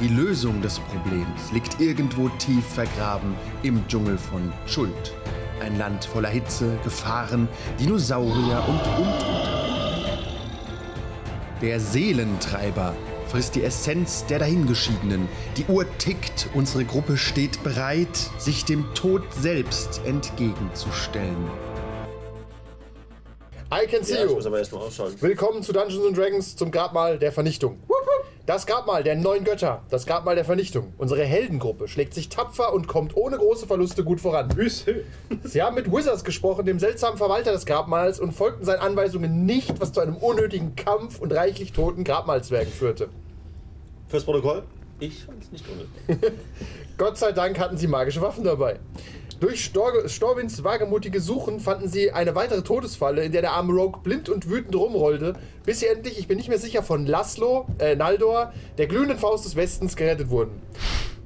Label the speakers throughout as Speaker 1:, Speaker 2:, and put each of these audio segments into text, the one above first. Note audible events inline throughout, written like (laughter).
Speaker 1: Die Lösung des Problems liegt irgendwo tief vergraben im Dschungel von Schuld. Ein Land voller Hitze, Gefahren, Dinosaurier und Untote. Der Seelentreiber frisst die Essenz der Dahingeschiedenen. Die Uhr tickt, unsere Gruppe steht bereit, sich dem Tod selbst entgegenzustellen.
Speaker 2: I can see
Speaker 3: Ja, ich
Speaker 2: you.
Speaker 3: muss aber erstmal ausschalten.
Speaker 2: Willkommen zu Dungeons and Dragons zum Grabmal der Vernichtung. Das Grabmal der neuen Götter, das Grabmal der Vernichtung. Unsere Heldengruppe schlägt sich tapfer und kommt ohne große Verluste gut voran. Sie haben mit Wizards gesprochen, dem seltsamen Verwalter des Grabmals, und folgten seinen Anweisungen nicht, was zu einem unnötigen Kampf und reichlich toten Grabmalswerken führte.
Speaker 3: Fürs Protokoll? Ich fand es nicht unnötig.
Speaker 2: Gott sei Dank hatten sie magische Waffen dabei. Durch Stor Storwins wagemutige Suchen fanden sie eine weitere Todesfalle, in der der arme Rogue blind und wütend rumrollte, bis sie endlich, ich bin nicht mehr sicher, von Laszlo, äh, Naldor, der glühenden Faust des Westens gerettet wurden.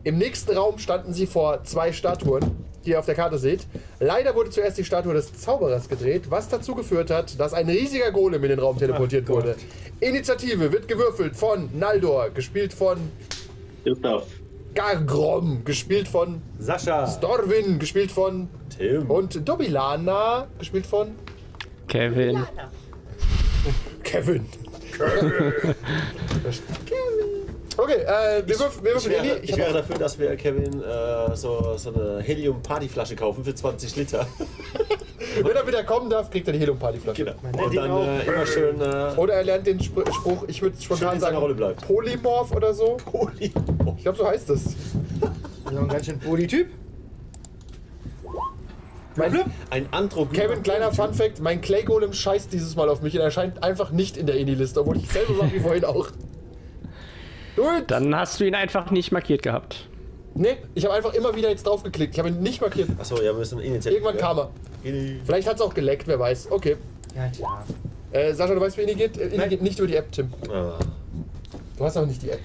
Speaker 2: Im nächsten Raum standen sie vor zwei Statuen, die ihr auf der Karte seht. Leider wurde zuerst die Statue des Zauberers gedreht, was dazu geführt hat, dass ein riesiger Golem in den Raum teleportiert wurde. Initiative wird gewürfelt von Naldor, gespielt von
Speaker 3: Christoph.
Speaker 2: Gargrom, gespielt von
Speaker 3: Sascha.
Speaker 2: Dorwin, gespielt von.
Speaker 3: Tim.
Speaker 2: Und Dobilana, gespielt von.
Speaker 4: Kevin.
Speaker 2: Kevin. Kevin. (laughs) Okay, äh, wir würfeln. Wir
Speaker 3: ich
Speaker 2: würfeln
Speaker 3: wäre,
Speaker 2: Eli.
Speaker 3: ich wäre dafür, dass wir Kevin äh, so, so eine Helium-Partyflasche kaufen für 20 Liter.
Speaker 2: hab, wenn er wieder kommen darf, kriegt er die Helium-Partyflasche.
Speaker 3: (laughs) Und dann äh, immer schön. Äh,
Speaker 2: Oder er lernt den Spr Spruch, ich würde
Speaker 3: Schön,
Speaker 2: spontan
Speaker 3: dass er in
Speaker 2: sagen,
Speaker 3: der Rolle bleibt.
Speaker 2: Polymorph oder so.
Speaker 3: Poli.
Speaker 2: Ich glaube, so heißt das.
Speaker 5: Also ein ganz schön Polytyp.
Speaker 2: Mein,
Speaker 3: Ein Andro.
Speaker 2: Kevin, kleiner Funfact: Mein Clay Golem scheißt dieses Mal auf mich und erscheint einfach nicht in der Indie-Liste, obwohl ich selber war wie vorhin auch. Do it!
Speaker 4: Dann hast du ihn einfach nicht markiert gehabt.
Speaker 2: Nee, ich habe einfach immer wieder jetzt draufgeklickt. Ich habe ihn nicht markiert.
Speaker 3: Achso, ja, wir müssen initiativ.
Speaker 2: Irgendwann kam er. Vielleicht hat es auch geleckt, wer weiß. Okay.
Speaker 5: Ja, klar.
Speaker 2: Äh, Sascha, du weißt, wie Ini geht? Äh, Ini
Speaker 5: Nein.
Speaker 2: geht nicht über die App, Tim.
Speaker 3: Ah,
Speaker 2: Du hast noch nicht die App.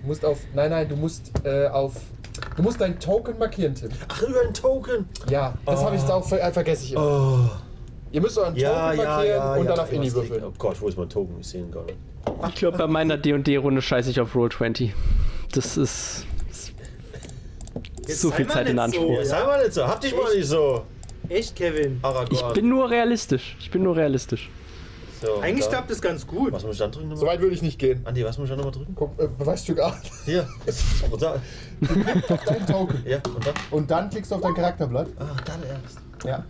Speaker 2: Du musst auf. Nein, nein, du musst äh, auf. Du musst dein Token markieren, Tim.
Speaker 3: Ach, über ein Token.
Speaker 2: Ja, das
Speaker 5: Oh.
Speaker 2: habe ich jetzt auch ver äh, vergesse ich immer.
Speaker 3: Oh.
Speaker 2: Ihr müsst euren
Speaker 3: Ja,
Speaker 2: Token
Speaker 3: ja,
Speaker 2: markieren
Speaker 3: ja.
Speaker 2: und
Speaker 3: ja,
Speaker 2: dann auf
Speaker 3: ja,
Speaker 2: Ini
Speaker 3: was liegt-
Speaker 2: würfeln.
Speaker 3: Oh Gott, wo ist mein Token? Ich sehe ihn gar nicht.
Speaker 4: Ich glaube, bei meiner DD-Runde scheiße ich auf Roll20. Das ist.
Speaker 5: Jetzt
Speaker 4: So viel
Speaker 5: sei mal
Speaker 4: Zeit in
Speaker 5: nicht
Speaker 4: Anspruch.
Speaker 3: Ja,
Speaker 5: So,
Speaker 3: sei
Speaker 5: ja?
Speaker 3: mal nicht so. Hab dich mal
Speaker 5: Ich-
Speaker 3: nicht so.
Speaker 5: Echt, Kevin.
Speaker 3: Aragorn.
Speaker 4: Ich bin nur realistisch. Ich bin nur realistisch.
Speaker 3: So,
Speaker 5: Eigentlich
Speaker 3: da-
Speaker 5: klappt es ganz gut.
Speaker 3: Was muss ich dann drücken?
Speaker 2: So
Speaker 3: nochmal?
Speaker 2: weit würde ich nicht gehen.
Speaker 3: Andi, was muss ich dann nochmal drücken?
Speaker 2: Guck, äh, Beweisstück A. (laughs)
Speaker 3: Hier. Brutal.
Speaker 2: Dein Oh. Token.
Speaker 3: Ja, und dann?
Speaker 2: Und dann klickst du auf dein Charakterblatt.
Speaker 3: Ach, dann erst.
Speaker 2: Ja.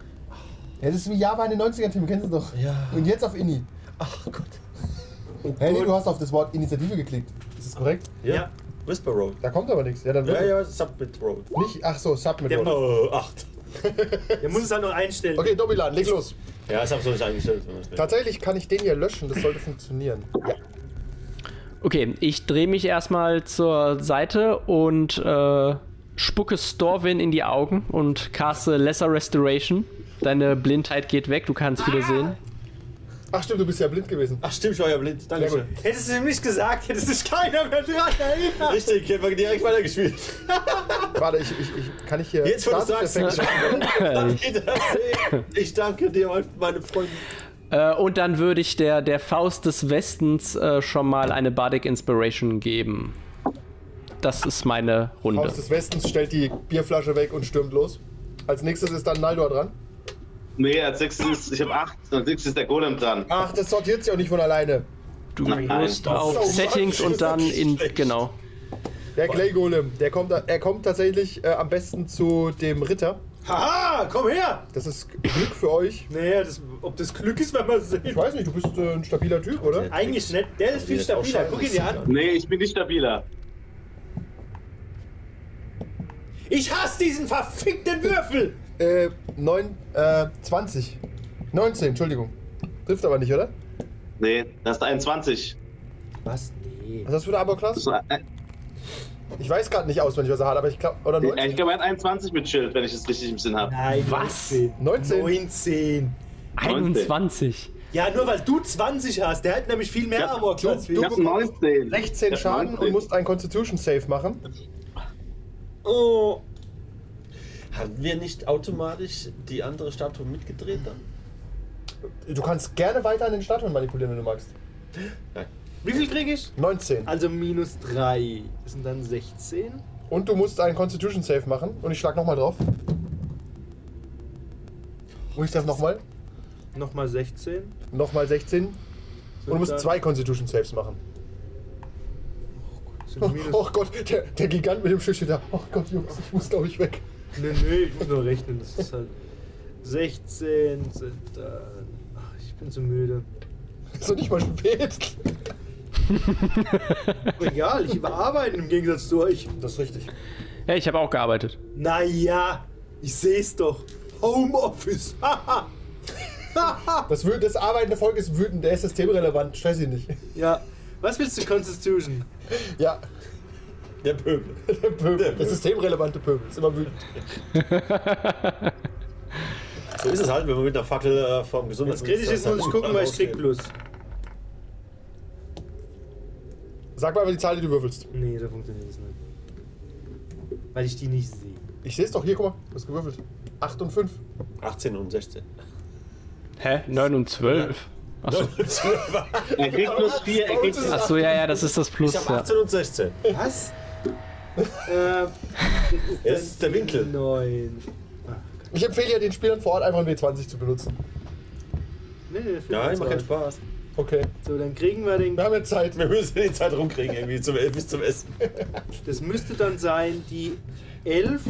Speaker 2: Es ist wie Java in den 90ern, Tim, kennst du doch.
Speaker 3: Ja.
Speaker 2: Und jetzt auf Ini.
Speaker 3: Ach Gott.
Speaker 2: Hey, nee, du hast auf das Wort Initiative geklickt. Ist das korrekt?
Speaker 3: Ja.
Speaker 5: Ja.
Speaker 3: Whisper Road.
Speaker 2: Da kommt aber nichts. Ja, dann
Speaker 3: Ja,
Speaker 2: wird
Speaker 3: ja, Submit Road.
Speaker 2: nicht. Ach so, Submit.
Speaker 5: Der
Speaker 2: oder?
Speaker 3: Oh, acht.
Speaker 5: Der muss es halt noch einstellen.
Speaker 2: Okay, Dobilan, leg los.
Speaker 3: Ja, ich hab's noch nicht eingestellt. wenn das will.
Speaker 2: Tatsächlich kann ich den hier löschen, das sollte funktionieren. Ja.
Speaker 4: Okay, ich drehe mich erstmal zur Seite und äh, spucke Storwin in die Augen und caste Lesser Restoration. Deine Blindheit geht weg, du kannst
Speaker 5: Ah,
Speaker 4: wieder sehen.
Speaker 2: Ach stimmt, du bist ja blind gewesen.
Speaker 3: Ach stimmt, ich war ja blind.
Speaker 2: Sehr
Speaker 3: Dankeschön.
Speaker 2: gut.
Speaker 5: Hättest du mich gesagt, hätte sich keiner mehr dran erinnert.
Speaker 3: Richtig, hätten wir direkt weitergespielt.
Speaker 2: Warte, ich, ich, ich kann ich hier.
Speaker 3: Jetzt, wo du
Speaker 2: Status-
Speaker 3: sagst,
Speaker 2: Effekt-
Speaker 3: (laughs) dann geht das eh. Ich danke dir, und meine Freunde.
Speaker 4: Äh, und dann würde ich der, der Faust des Westens äh, schon mal eine Bardic Inspiration geben. Das ist meine Runde.
Speaker 2: Haus des Westens stellt die Bierflasche weg und stürmt los. Als nächstes ist dann Naldor dran.
Speaker 6: Nee, als sechstes, ich habe acht, als sechstes ist der Golem dran.
Speaker 2: Ach, das sortiert sich auch nicht von alleine.
Speaker 4: Du
Speaker 6: Nein,
Speaker 4: musst
Speaker 6: das-
Speaker 4: auf
Speaker 2: Oh, Mann,
Speaker 4: Settings
Speaker 2: das
Speaker 4: und
Speaker 2: ist
Speaker 4: dann
Speaker 2: wirklich
Speaker 4: in.
Speaker 3: schlecht.
Speaker 4: Genau.
Speaker 2: Der Clay Golem, der kommt, er kommt tatsächlich äh, am besten zu dem Ritter.
Speaker 5: Haha, komm her!
Speaker 2: Das ist Glück für euch.
Speaker 5: Naja, das, ob das Glück ist, wenn man
Speaker 2: Ich
Speaker 5: sehen.
Speaker 2: weiß nicht, du bist äh, ein stabiler Typ, oder?
Speaker 5: Eigentlich nicht. Der ist viel
Speaker 3: Das ist auch
Speaker 5: stabiler. Guck ihn dir
Speaker 3: scheiße.
Speaker 5: an.
Speaker 6: Nee, ich bin nicht stabiler.
Speaker 5: Ich hasse diesen verfickten Würfel!
Speaker 2: Äh, 9, äh, 20. 19, Entschuldigung. Trifft aber nicht, oder?
Speaker 6: Nee, das ist 21.
Speaker 5: Was? Nee.
Speaker 2: Was hast du da, Aboklas?
Speaker 6: äh, Das ist, ein-
Speaker 2: Ich weiß gerade nicht auswendig, was er hat, aber ich glaube. Oder
Speaker 6: Ja,
Speaker 2: 19?
Speaker 6: ich glaube, er hat 21 mit Schild, wenn ich es richtig im Sinn habe.
Speaker 5: Nein,
Speaker 4: Was?
Speaker 2: 19.
Speaker 5: 19.
Speaker 4: 21.
Speaker 5: Ja, nur weil du 20 hast. Der hat nämlich viel mehr
Speaker 6: Ja,
Speaker 5: Armor Class.
Speaker 6: Ich habe 19.
Speaker 2: 16
Speaker 6: Ich hab
Speaker 2: Schaden
Speaker 6: 19.
Speaker 2: und musst einen Constitution Save machen.
Speaker 3: Oh. Haben wir nicht automatisch die andere Statue mitgedreht dann?
Speaker 2: Du kannst gerne weiter an den Statuen manipulieren, wenn du magst.
Speaker 5: Wie viel krieg ich?
Speaker 2: 19.
Speaker 5: Also minus 3. Das sind dann 16.
Speaker 2: Und du musst einen Constitution Save machen. Und ich schlag nochmal drauf. Und ich darf nochmal.
Speaker 5: Nochmal 16.
Speaker 2: Nochmal 16. Und du musst
Speaker 5: dann-
Speaker 2: zwei Constitution Saves machen.
Speaker 5: Das
Speaker 2: Oh,
Speaker 5: sind minus.
Speaker 2: oh Gott, der, der Gigant mit dem Schiff steht da. Oh Gott, Jungs, ich muss glaube ich weg.
Speaker 5: Nee, nee, ich muss noch rechnen. Das ist halt. 16 sind dann. Ach, ich bin so müde.
Speaker 2: Ist doch nicht mal spät.
Speaker 5: Egal, ich überarbeite im Gegensatz zu euch.
Speaker 2: Das ist richtig.
Speaker 4: Ja, ich habe auch gearbeitet.
Speaker 5: Naja, ich seh's doch. Homeoffice. Haha.
Speaker 2: Das, wü- das arbeitende Volk ist wütend, der ist systemrelevant. Scheiß ihn nicht.
Speaker 5: ja. Was willst du, Constitution?
Speaker 2: Ja,
Speaker 3: Der Pöbel.
Speaker 2: der Pöbel. Der systemrelevante Pöbel ist immer wütend.
Speaker 3: So ist es halt, wenn man mit einer Fackel äh, vom
Speaker 5: Das kritisch ist, muss ich gucken, weil ich krieg plus.
Speaker 2: Sag mal aber die Zahl, die du würfelst.
Speaker 5: Nee, da funktioniert es nicht. Weil ich die nicht sehe.
Speaker 2: Ich sehe es doch hier, guck mal, du hast gewürfelt. 8 und 5.
Speaker 3: 18 und 16.
Speaker 4: Hä? 9 und 12? Achso,
Speaker 6: Er kriegt plus 4, er kriegt
Speaker 4: Ach so, ja, ja, das ist das Plus.
Speaker 3: Ich habe
Speaker 4: Ja.
Speaker 3: 18 und 16. (laughs)
Speaker 5: Was? äh,
Speaker 3: Das ist der Winkel.
Speaker 5: neun.
Speaker 2: Ich empfehle ja den Spielern vor Ort einfach ein W20 zu benutzen.
Speaker 5: Nee, nee,
Speaker 3: Nein,
Speaker 5: 25.
Speaker 3: macht keinen Spaß.
Speaker 2: Okay,
Speaker 5: So, dann kriegen wir den.
Speaker 2: wir haben jetzt Zeit.
Speaker 3: Wir müssen die Zeit rumkriegen, irgendwie zum, (laughs) bis zum Essen.
Speaker 5: Das müsste dann sein die 11.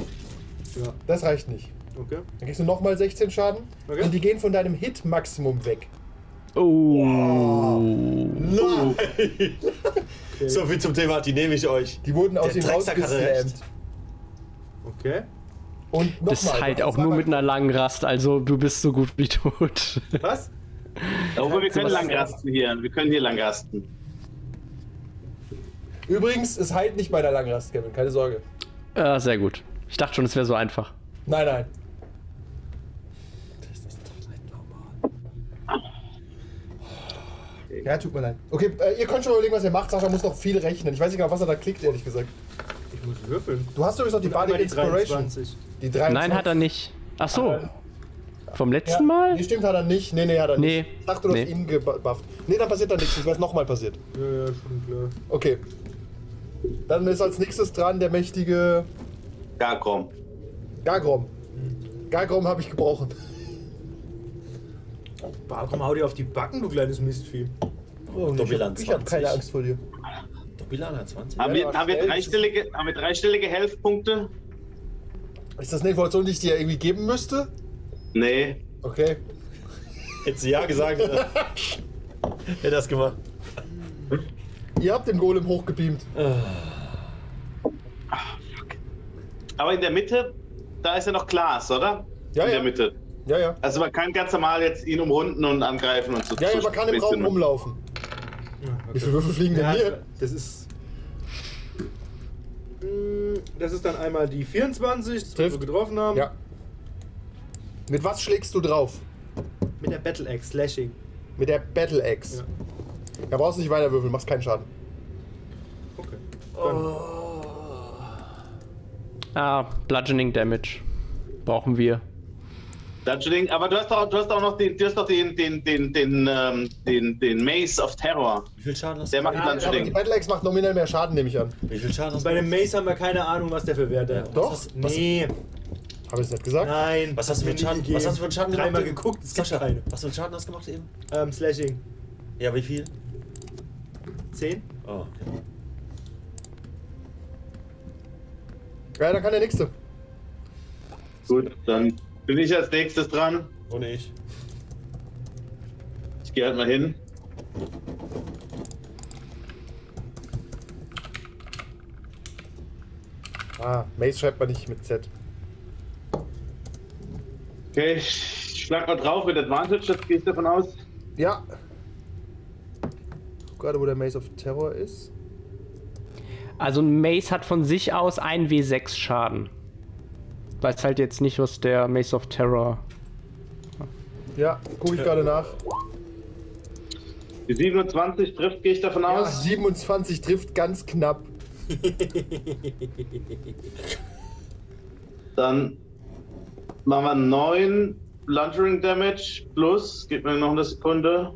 Speaker 5: Ja,
Speaker 2: Das reicht nicht.
Speaker 5: okay.
Speaker 2: Dann kriegst du nochmal 16 Schaden
Speaker 5: Okay.
Speaker 2: und die gehen von deinem Hit-Maximum weg.
Speaker 4: Oh.
Speaker 3: (laughs) Nein! So viel zum Thema, die nehme ich euch.
Speaker 2: Die wurden aus
Speaker 3: Der
Speaker 2: ihm
Speaker 3: Drecksack hatte
Speaker 2: rausgeslammt.
Speaker 3: recht.
Speaker 5: Okay.
Speaker 2: Und nochmal.
Speaker 4: Das ist halt auch nur mit einer langen Rast, also du bist so gut wie tot. (laughs)
Speaker 5: Was?
Speaker 6: Aber wir
Speaker 4: Sebastian.
Speaker 6: können lang rasten hier. Wir können hier lang rasten.
Speaker 2: Übrigens, es heilt nicht bei der Langrast, Kevin, keine Sorge.
Speaker 4: Ah, sehr gut. Ich dachte schon, es wäre so einfach.
Speaker 2: Nein, nein. Ja, tut mir leid. Okay, äh, ihr könnt schon mal überlegen, was ihr macht. Sascha muss noch viel rechnen. Ich weiß nicht genau, was er da klickt, ehrlich gesagt.
Speaker 5: Ich muss würfeln.
Speaker 2: Du hast übrigens noch die Bardic
Speaker 5: Einmal die
Speaker 2: Inspiration.
Speaker 5: 23.
Speaker 2: Die 23.
Speaker 4: Nein, hat er nicht. Ach so. Vom
Speaker 2: Ja,
Speaker 4: letzten Mal?
Speaker 2: Nee, stimmt, hat er nicht. Nee, nee, hat er
Speaker 4: Nee.
Speaker 2: nicht. Ich dachte, du hast
Speaker 4: Nee.
Speaker 2: ihn gebufft. Nee, dann passiert da nichts. Das wäre nochmal passiert.
Speaker 5: Ja, ja, schon klar.
Speaker 2: Okay. Dann ist als nächstes dran der mächtige
Speaker 6: Ja, komm.
Speaker 2: Gagrom.
Speaker 5: Hm.
Speaker 2: Gagrom habe ich gebrochen.
Speaker 5: Bah, komm, hau dir auf die Backen, du kleines Mistvieh.
Speaker 2: Oh, ich
Speaker 3: Doppel
Speaker 2: habe
Speaker 3: an
Speaker 2: hab keine
Speaker 3: 20.
Speaker 2: Angst vor dir.
Speaker 3: Bilan hat 20.
Speaker 6: Haben,
Speaker 2: aber
Speaker 6: wir, haben, wir
Speaker 2: schnell.
Speaker 6: dreistellige, haben wir dreistellige Health-Punkte?
Speaker 2: Ist das eine Information, die ich dir irgendwie geben müsste?
Speaker 6: Nee.
Speaker 2: Okay.
Speaker 3: Hättest du ja gesagt, äh, hätte das gemacht.
Speaker 2: Ihr habt den Golem hochgebeamt.
Speaker 6: Aber in der Mitte, da ist ja noch Glas, oder?
Speaker 2: Ja,
Speaker 6: in
Speaker 2: ja.
Speaker 6: der Mitte.
Speaker 2: Ja, ja.
Speaker 6: Also man kann ganz normal jetzt ihn umrunden und angreifen und so.
Speaker 2: Ja, ja,
Speaker 6: so
Speaker 2: man kann im Raum
Speaker 6: bisschen.
Speaker 2: rumlaufen. Wie viele Würfel fliegen denn
Speaker 5: Ja, also,
Speaker 2: hier?
Speaker 5: das ist. Mm, Das ist dann einmal die 24, die
Speaker 2: Trifft.
Speaker 5: wir getroffen haben.
Speaker 2: Ja. Mit was schlägst du drauf?
Speaker 5: Mit der Battle Axe, Slashing.
Speaker 2: Mit der Battle Axe.
Speaker 5: Ja.
Speaker 2: Da brauchst du nicht weiter würfeln, machst keinen Schaden.
Speaker 5: Okay.
Speaker 4: Ah, Bludgeoning Damage. Brauchen wir.
Speaker 6: Dungeoning, aber du hast doch, du hast auch noch den, du hast doch den, den, den, den, ähm, den, den Maze of Terror.
Speaker 3: Wie viel Schaden hast
Speaker 6: Der macht
Speaker 5: Ja,
Speaker 2: Aber die
Speaker 6: Dungeoning.
Speaker 2: Battle Axe macht nominell mehr Schaden, nehme ich an.
Speaker 3: Wie viel Schaden hast
Speaker 5: Bei dem Mace haben wir keine Ahnung, was der für Werte hat.
Speaker 2: Doch.
Speaker 3: Was, was,
Speaker 5: Nee,
Speaker 2: Habe ich es nicht gesagt?
Speaker 5: nein.
Speaker 3: was hast du für einen
Speaker 5: Nicht
Speaker 3: Schaden?
Speaker 5: gegeben.
Speaker 3: Was hast du für einen Schaden gemacht?
Speaker 5: Dreimal
Speaker 3: eben?
Speaker 5: geguckt, es gibt
Speaker 3: Sascha,
Speaker 5: keine.
Speaker 3: Was für einen Schaden hast du gemacht eben?
Speaker 5: Ähm, Slashing.
Speaker 3: Ja, wie viel?
Speaker 5: 10?
Speaker 3: Oh, okay.
Speaker 2: Ja, dann kann der nächste.
Speaker 6: Gut, dann bin ich als nächstes dran.
Speaker 3: Und ich.
Speaker 6: Ich gehe halt mal hin.
Speaker 2: Ah, Mace schreibt man nicht mit Z.
Speaker 6: Okay, ich schlag mal drauf mit Advantage, das gehe ich davon aus.
Speaker 2: Ja. Gerade wo der Maze of Terror ist.
Speaker 4: Also ein Mace hat von sich aus 1W6 Schaden. Weiß halt jetzt nicht, was der Mace of Terror.
Speaker 2: Ja, gucke ich gerade nach.
Speaker 6: Die 27 trifft, gehe ich davon
Speaker 2: Ja,
Speaker 6: aus.
Speaker 2: 27 trifft ganz knapp.
Speaker 6: Dann machen wir 9 Bludgeoning Damage plus, gib mir noch eine Sekunde.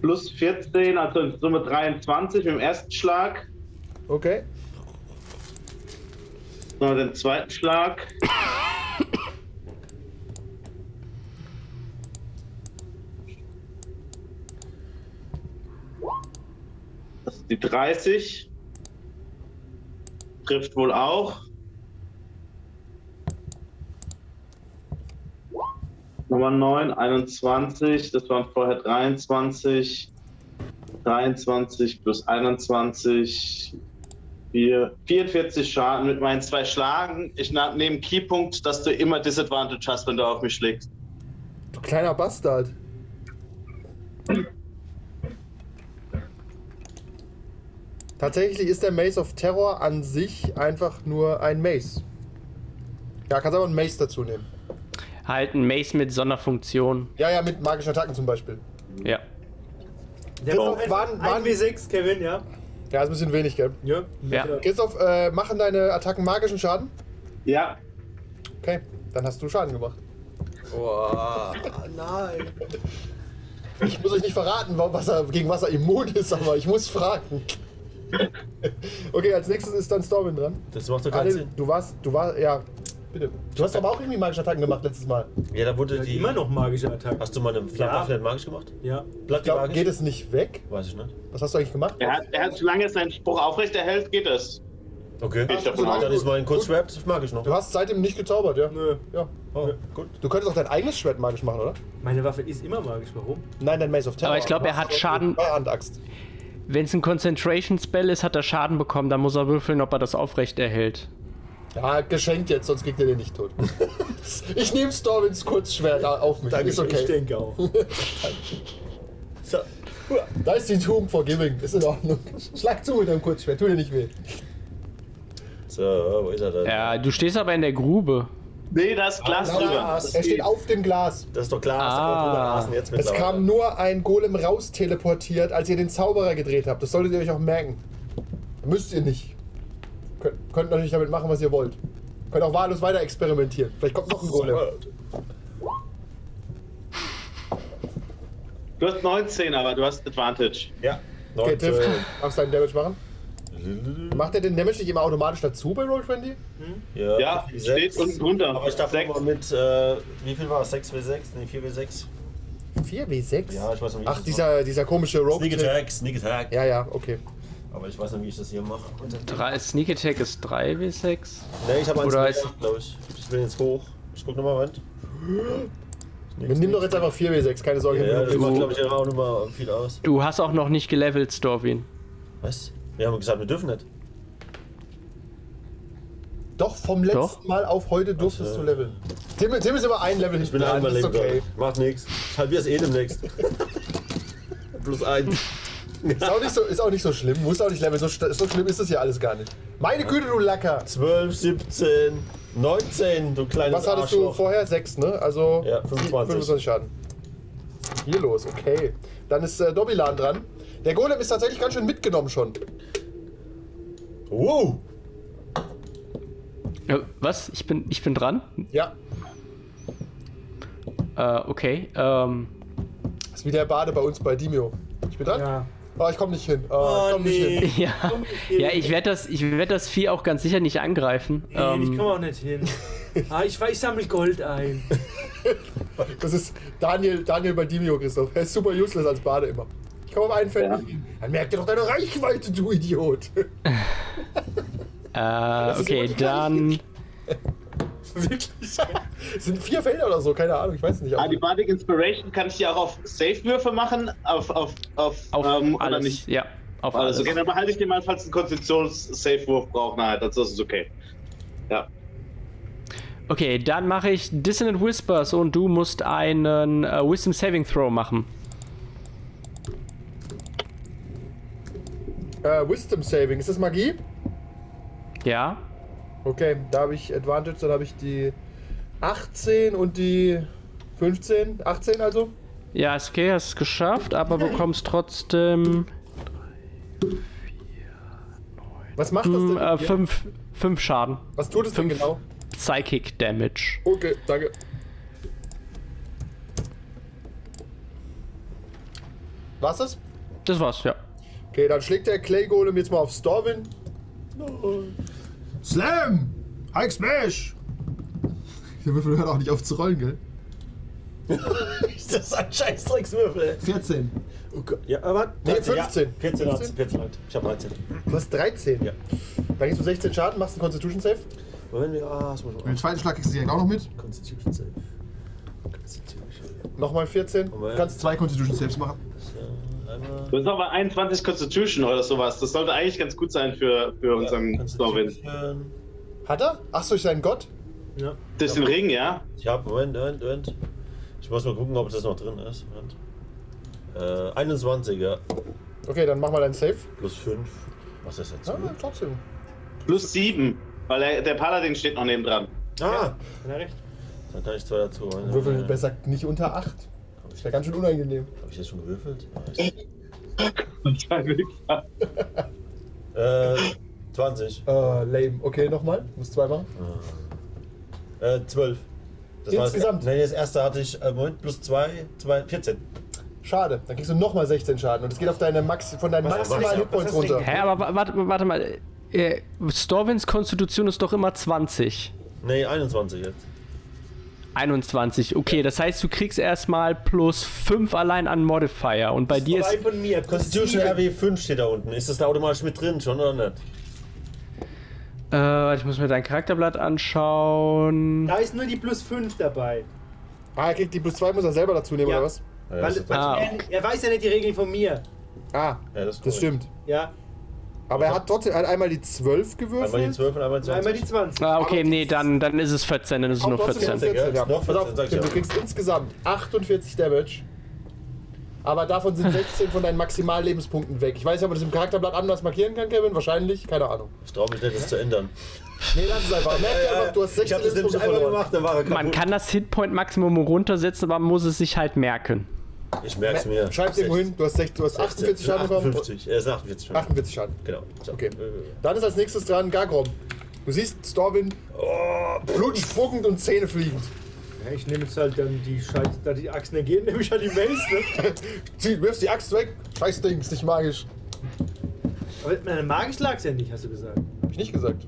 Speaker 6: Plus 14, also in Summe 23 mit dem ersten Schlag.
Speaker 2: Okay.
Speaker 6: Noch den zweiten Schlag. Das ist die 30. Trifft wohl auch. Nummer 9, 21. Das waren vorher 23. 23 plus 21 4, 44 Schaden mit meinen zwei Schlagen. Ich na- nehme Keypunkt, dass du immer Disadvantage hast, wenn du auf mich schlägst.
Speaker 2: Du kleiner Bastard. Tatsächlich ist der Maze of Terror an sich einfach nur ein Maze. Ja, kannst aber einen Maze dazu nehmen.
Speaker 4: Halt ein Mace mit Sonderfunktion.
Speaker 2: Ja, ja, mit magischen Attacken zum Beispiel.
Speaker 4: Ja.
Speaker 5: Der
Speaker 2: So,
Speaker 5: war ein,
Speaker 2: waren-
Speaker 5: ein
Speaker 2: waren-
Speaker 5: W6, Kevin, ja?
Speaker 2: Ja, ist ein bisschen wenig, gell?
Speaker 5: Ja.
Speaker 4: Ja.
Speaker 2: Christoph, äh, machen deine Attacken magischen Schaden?
Speaker 6: Ja,
Speaker 2: Okay, dann hast du Schaden gemacht.
Speaker 5: Boah, nein.
Speaker 2: Ich muss euch nicht verraten, wa- was er, gegen was er immun ist, aber ich muss fragen. Okay, als nächstes ist dann Stormin dran.
Speaker 3: Das macht doch keinen
Speaker 2: Ale,
Speaker 3: Sinn.
Speaker 2: du warst, du warst, ja, bitte. Du hast aber auch irgendwie magische Attacken gemacht letztes Mal.
Speaker 3: Ja, da wurde
Speaker 5: Der hat
Speaker 3: die.
Speaker 5: immer noch magische Attacken.
Speaker 3: Hast du mal eine
Speaker 5: Ja.
Speaker 3: Flamme ja. magisch gemacht?
Speaker 5: Ja.
Speaker 3: Blatt
Speaker 2: Ich glaube,
Speaker 3: magisch?
Speaker 2: geht es nicht weg?
Speaker 3: Weiß ich nicht.
Speaker 2: Was hast du eigentlich gemacht?
Speaker 6: er hat, er hat solange er seinen Spruch aufrechterhält, geht es.
Speaker 3: Okay.
Speaker 6: Geht davon
Speaker 3: Dann
Speaker 6: aus.
Speaker 3: ist mein Kurzschwert magisch noch.
Speaker 2: Du hast seitdem nicht gezaubert, ja?
Speaker 5: Nö.
Speaker 2: Ja.
Speaker 3: Oh, gut.
Speaker 2: Du könntest auch dein eigenes Schwert magisch machen, oder?
Speaker 5: Meine Waffe ist immer magisch. Warum?
Speaker 2: Nein, dein Maze of Terror.
Speaker 4: Aber ich glaub, er
Speaker 2: Du hast
Speaker 4: hat Schaden-
Speaker 2: eine Handaxt.
Speaker 4: Wenn es ein Concentration Spell ist, hat er Schaden bekommen. Dann muss er würfeln, ob er das aufrecht erhält.
Speaker 2: Ja, geschenkt jetzt, sonst kriegt er den nicht tot. (laughs) ich nehme Stormins Kurzschwert da auf mich. ist okay.
Speaker 5: Ich denke auch.
Speaker 3: So.
Speaker 2: Da ist die Tomb Forgiving, ist in Ordnung. Schlag zu mit deinem Kurzschwert, tu dir nicht weh.
Speaker 3: so, wo ist er denn?
Speaker 4: Ja, du stehst aber in der Grube.
Speaker 6: Nee, da ist Glas
Speaker 2: Nein,
Speaker 6: drüber.
Speaker 2: er steht auf dem Glas.
Speaker 3: Das ist doch klar.
Speaker 4: Ah.
Speaker 3: Ah. Jetzt
Speaker 2: Es
Speaker 3: mittlerweile.
Speaker 2: kam nur ein Golem raus teleportiert, als ihr den Zauberer gedreht habt. Das solltet ihr euch auch merken. Müsst ihr nicht. Könnt, könnt natürlich damit machen, was ihr wollt. Könnt auch wahllos weiter experimentieren. Vielleicht kommt noch ein Golem.
Speaker 6: Du hast 19, aber du hast Advantage.
Speaker 3: Ja.
Speaker 2: Okay,
Speaker 3: Neun,
Speaker 2: Tiff,
Speaker 3: zwölf.
Speaker 2: darfst deinen Damage machen. Macht er den Damage nicht immer automatisch dazu bei Roll20?
Speaker 6: Ja,
Speaker 3: sechs.
Speaker 6: steht unten drunter.
Speaker 3: Aber ich darf
Speaker 6: Sechs.
Speaker 3: immer mit, äh, wie viel war es? 6W6? Ne, 4W6?
Speaker 2: 4W6?
Speaker 3: Ja, ich weiß noch, wie ich
Speaker 2: Ach,
Speaker 3: das
Speaker 2: dieser, dieser komische
Speaker 3: Sneak
Speaker 2: Rogue.
Speaker 3: Attack, Sneak Attack.
Speaker 2: Ja, ja, okay.
Speaker 3: Aber ich weiß noch, wie ich das hier mache.
Speaker 4: Drei, Sneak Attack ist 3W6.
Speaker 3: Ne, ich habe eins
Speaker 4: Oder
Speaker 3: mehr,
Speaker 4: ist-
Speaker 3: glaube ich. Ich bin jetzt hoch. Ich guck nochmal rein.
Speaker 2: Wir nehmen doch jetzt einfach 4W6, keine Sorge.
Speaker 3: Ja, das
Speaker 2: wir-
Speaker 3: macht, glaube ich, auch nochmal viel aus.
Speaker 4: Du hast auch noch nicht gelevelt, Storwin.
Speaker 3: Was? Wir haben gesagt, wir dürfen nicht.
Speaker 2: Doch, vom letzten
Speaker 4: Doch.
Speaker 2: Mal auf heute durftest
Speaker 3: Also.
Speaker 2: du leveln. Tim, Tim ist immer ein Level
Speaker 3: Ich bin ja, einmal
Speaker 2: das ist
Speaker 3: leben
Speaker 2: okay.
Speaker 3: okay. Macht nix. Halbier ist eh
Speaker 2: (laughs)
Speaker 3: demnächst. Plus eins.
Speaker 2: Ist auch, nicht so, ist auch nicht so schlimm, muss auch nicht leveln. So, st- so schlimm ist das ja alles gar nicht. Meine Güte, du Lacker!
Speaker 3: 12, 17, 19, du kleines
Speaker 2: Was hattest du
Speaker 3: Arschloch.
Speaker 2: vorher? Sechs, ne? Also
Speaker 3: Ja, 25.
Speaker 2: 25 Schaden. Hier los, okay. Dann ist äh, Dobilan dran. Der Golem ist tatsächlich ganz schön mitgenommen schon.
Speaker 3: Wow!
Speaker 4: Äh, Was? Ich bin, ich bin dran?
Speaker 2: Ja,
Speaker 4: Äh, okay. Ähm,
Speaker 2: ist wie der Bade bei uns bei Dimio. Ich bin dran?
Speaker 5: Ja.
Speaker 2: Oh, ich komm nicht hin. Oh, ich
Speaker 5: Oh,
Speaker 2: komm nicht
Speaker 5: nee.
Speaker 2: hin.
Speaker 4: (laughs) ja, ja, ich werde das, ich werd das Vieh auch ganz sicher nicht angreifen.
Speaker 5: Nee, ich
Speaker 4: ähm,
Speaker 5: komme auch nicht hin. Ah, ich weiß, ich sammle Gold ein.
Speaker 2: Das ist Daniel, Daniel bei Dimio, Christoph. Er ist super useless als Bade immer. Ich komme auf einen Feld.
Speaker 6: Ja.
Speaker 2: nicht hin. Dann merkt ihr doch deine Reichweite, du Idiot. (laughs) ist
Speaker 4: äh,
Speaker 2: immer
Speaker 4: okay,
Speaker 2: die
Speaker 4: dann.
Speaker 5: Wirklich?
Speaker 2: Es sind vier Felder oder so, keine Ahnung, ich weiß nicht.
Speaker 6: Ah, die Bardic Inspiration kann ich ja auch auf Safe-Würfe machen. Auf, auf, auf,
Speaker 4: Auf
Speaker 6: ähm,
Speaker 4: alles.
Speaker 6: Oder nicht.
Speaker 4: Ja, auf alles.
Speaker 6: Also, okay, dann behalte ich den mal, falls ein Konstitutions-Safe-Wurf braucht. Nein, das ist es okay. Ja.
Speaker 4: Okay, dann mache ich Dissonant Whispers und du musst einen äh, Wisdom Saving Throw machen.
Speaker 2: Äh, Wisdom Saving. Ist das Magie?
Speaker 4: Ja.
Speaker 2: Okay, da habe ich Advantage, dann habe ich die 18 und die 15. 18 also?
Speaker 4: Ja, ist okay, hast es geschafft, aber bekommst trotzdem
Speaker 2: Was macht das denn?
Speaker 4: hm, äh,
Speaker 2: mit dir?
Speaker 4: fünf, fünf Schaden.
Speaker 2: Was tut es denn
Speaker 4: fünf.
Speaker 2: genau?
Speaker 4: Psychic Damage.
Speaker 2: Okay, danke. Was ist?
Speaker 4: Das war's, ja.
Speaker 2: Okay, dann schlägt der Clay Golem jetzt mal auf Storwin.
Speaker 7: Slam! Hike Smash! Der Würfel hört auch nicht auf zu rollen, gell?
Speaker 2: (laughs)
Speaker 3: Das ist ein Scheißdreckswürfel.
Speaker 7: 14.
Speaker 3: Oh Gott. Ja, aber.
Speaker 2: Nee,
Speaker 3: 13,
Speaker 2: 15.
Speaker 3: Ja, 14 hat's, 14 hat. Ich hab 13.
Speaker 2: Du hast 13.
Speaker 3: Ja.
Speaker 2: Dann kriegst du 16 Schaden, machst einen Constitution Save.
Speaker 3: Moment, wir. Ah, das muss
Speaker 7: Und den
Speaker 3: man.
Speaker 7: zweiten Schlag kriegst du direkt auch noch mit.
Speaker 3: Constitution Save. Constitution.
Speaker 2: Nochmal 14.
Speaker 3: Moment.
Speaker 2: Du kannst
Speaker 7: Zwei Constitution Saves machen.
Speaker 3: Ja, einmal.
Speaker 6: Das ist aber 21 Constitution oder sowas. Das sollte eigentlich ganz gut sein für, für unseren Storwin.
Speaker 3: Constitution.
Speaker 2: Hat er? Achso, ich seinen Gott?
Speaker 5: Ja.
Speaker 6: Das ist im Ring, ja?
Speaker 3: Ich hab, Moment, Moment, Moment. Ich muss mal gucken, ob das noch drin ist. Moment. Äh, 21er
Speaker 2: Okay, dann mach mal deinen Save.
Speaker 3: plus 5. Was ist jetzt?
Speaker 2: Ja, trotzdem.
Speaker 6: Plus 7. Weil der, der Paladin steht noch neben dran.
Speaker 3: Ah!
Speaker 5: Hat er recht?
Speaker 3: Dann kann ich zwei dazu. Moment,
Speaker 2: Würfel
Speaker 3: Moment.
Speaker 2: besser nicht unter 8. Das wäre ganz schön unangenehm.
Speaker 3: Hab ich jetzt schon gewürfelt? Ja, ich-
Speaker 6: Wichser.
Speaker 3: äh, 20.
Speaker 2: Äh, lame. Okay, nochmal. Muss zwei machen.
Speaker 3: Äh, 12.
Speaker 2: Insgesamt?
Speaker 3: War das, nee, das erste hatte ich, äh, Moment, plus 2, 14.
Speaker 2: Schade. Dann kriegst du nochmal 16 Schaden. Und es geht auf deine Maxi von deinen
Speaker 3: Was-
Speaker 2: maximalen
Speaker 3: was-
Speaker 2: Hitpoints
Speaker 3: was- was-
Speaker 2: runter.
Speaker 4: Hä, aber wa- warte, warte mal. Äh, Storwins Konstitution ist doch immer 20.
Speaker 3: Nee, 21 jetzt.
Speaker 4: 21, okay, das heißt, du kriegst erstmal plus 5 allein an Modifier und bei dir
Speaker 5: Zwei
Speaker 4: ist.
Speaker 5: von mir.
Speaker 3: Constitution
Speaker 5: Sieben.
Speaker 3: RW 5 steht da unten. Ist das da automatisch mit drin schon oder nicht?
Speaker 4: Äh, ich muss mir dein Charakterblatt anschauen.
Speaker 5: Da ist nur die plus 5 dabei.
Speaker 2: Ah, er kriegt die plus 2, muss er selber dazu nehmen,
Speaker 5: Ja.
Speaker 2: oder was?
Speaker 3: Ja,
Speaker 5: Weil,
Speaker 3: das ist
Speaker 5: weil
Speaker 4: Ah,
Speaker 5: er, er weiß ja nicht die Regeln von mir.
Speaker 2: Ah,
Speaker 3: Ja, das, ist
Speaker 2: das
Speaker 3: korrekt.
Speaker 2: stimmt.
Speaker 5: Ja.
Speaker 2: Aber er hat trotzdem er hat einmal die 12
Speaker 3: Einmal die
Speaker 2: gewürfelt.
Speaker 3: 12 und einmal die 20.
Speaker 5: Einmal die 20.
Speaker 4: Ah, okay, nee, dann, dann ist es 14, dann ist es
Speaker 2: Auch
Speaker 4: nur
Speaker 2: trotzdem
Speaker 4: 14.
Speaker 2: 14, ja.
Speaker 3: Noch 14,
Speaker 2: Pass auf,
Speaker 3: sag ich
Speaker 2: Tim,
Speaker 3: ja.
Speaker 2: du kriegst insgesamt 48 Damage. Aber davon sind 16 von deinen Maximallebenspunkten weg. Ich weiß nicht, ob man das im Charakterblatt anders markieren kann, Kevin. Wahrscheinlich, keine Ahnung.
Speaker 3: Ich traue mich nicht, das zu ändern.
Speaker 2: Nee, lass es einfach. Merk dir einfach, du hast
Speaker 3: ich
Speaker 2: 16
Speaker 3: hab das nämlich
Speaker 2: Lebenspunkte
Speaker 3: einmal
Speaker 2: verloren.
Speaker 3: gemacht, dann war er kaputt.
Speaker 4: Man kann das Hitpoint-Maximum runtersetzen, aber man muss es sich halt merken.
Speaker 3: Ich merk's mir.
Speaker 2: Schreib's irgendwo hin, du hast, 16, du hast 48
Speaker 3: 48
Speaker 2: Schaden bekommen.
Speaker 3: 58. Er ist 48 schon.
Speaker 2: 48 Schaden.
Speaker 3: Genau. So.
Speaker 2: Okay. Dann ist als nächstes dran Gagrom. Du siehst Storwin
Speaker 5: Oh,
Speaker 2: blutspuckend und Zähne fliegend. (laughs)
Speaker 5: Ja, ich nehme jetzt halt dann die Scheiße, da die Achsen ergehen, (laughs) nehme ich halt die Mace, ne?
Speaker 2: Zieh, wirfst die Axt weg. Scheiß Ding, ist nicht magisch.
Speaker 5: Aber meine magisch lag's ja nicht, hast du gesagt.
Speaker 2: Hab ich nicht gesagt.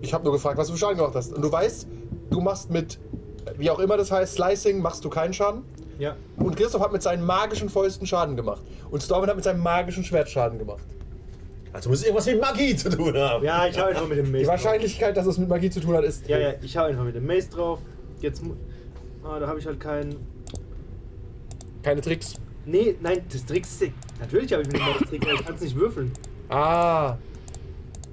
Speaker 2: Ich habe nur gefragt, was du für Schaden gemacht hast. Und du weißt, du machst mit, wie auch immer das heißt, Slicing, machst du keinen Schaden.
Speaker 5: Ja.
Speaker 2: Und Christoph hat mit seinen magischen Fäusten Schaden gemacht. Und Storwin hat mit seinem magischen Schwert Schaden gemacht.
Speaker 3: Also muss irgendwas mit Magie zu tun haben.
Speaker 5: Ja, ich hau einfach mit dem Mace.
Speaker 2: Die Wahrscheinlichkeit, dass es mit Magie zu tun hat, ist.
Speaker 5: Drauf. Ja, ja, ich hau einfach mit dem Mace drauf. Jetzt. mu- Ah, da habe ich halt keinen.
Speaker 2: Keine Tricks.
Speaker 5: Nee, nein, das Tricks. Natürlich habe ich mit dem Mace Trick, aber ich kann es nicht würfeln.
Speaker 2: Ah.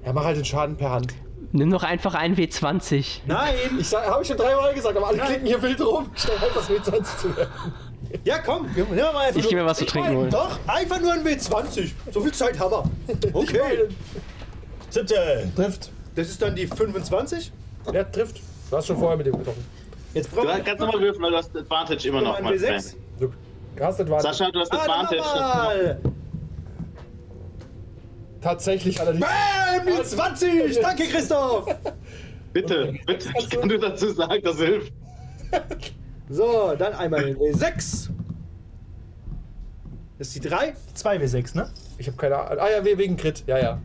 Speaker 2: Ja, mach halt den Schaden per Hand.
Speaker 4: Nimm doch einfach ein W20.
Speaker 5: Nein!
Speaker 2: Ich habe ich schon dreimal gesagt, aber alle
Speaker 5: Nein.
Speaker 2: klicken hier wild rum. Stell halt das mit 20 zu werden.
Speaker 5: Ja, komm, nimm mal einfach.
Speaker 4: Ich geh mir was zu trinken holen.
Speaker 5: Doch, einfach nur ein W20. So viel Zeit haben wir. Okay.
Speaker 3: 17.
Speaker 2: Trifft.
Speaker 5: Das ist dann die 25.
Speaker 2: Ja, trifft. Du hast schon vorher mit dem getroffen.
Speaker 5: Jetzt
Speaker 6: Du
Speaker 5: brauchen
Speaker 6: kannst nochmal würfeln, weil du hast Advantage immer noch.
Speaker 5: ein
Speaker 6: Mann.
Speaker 5: W6.
Speaker 2: Du hast Advantage.
Speaker 6: Sascha, du hast
Speaker 5: Ah,
Speaker 6: Advantage.
Speaker 5: nochmal.
Speaker 2: Tatsächlich allerdings.
Speaker 5: Bam, die 20. Danke, Christoph.
Speaker 6: Bitte, bitte, ich kann nur dazu sagen, das hilft.
Speaker 5: So, dann einmal den W6. Das ist die 3. 2 W6, ne?
Speaker 2: Ich habe keine Ahnung. Ah ja, we- wegen Crit. Ja, ja.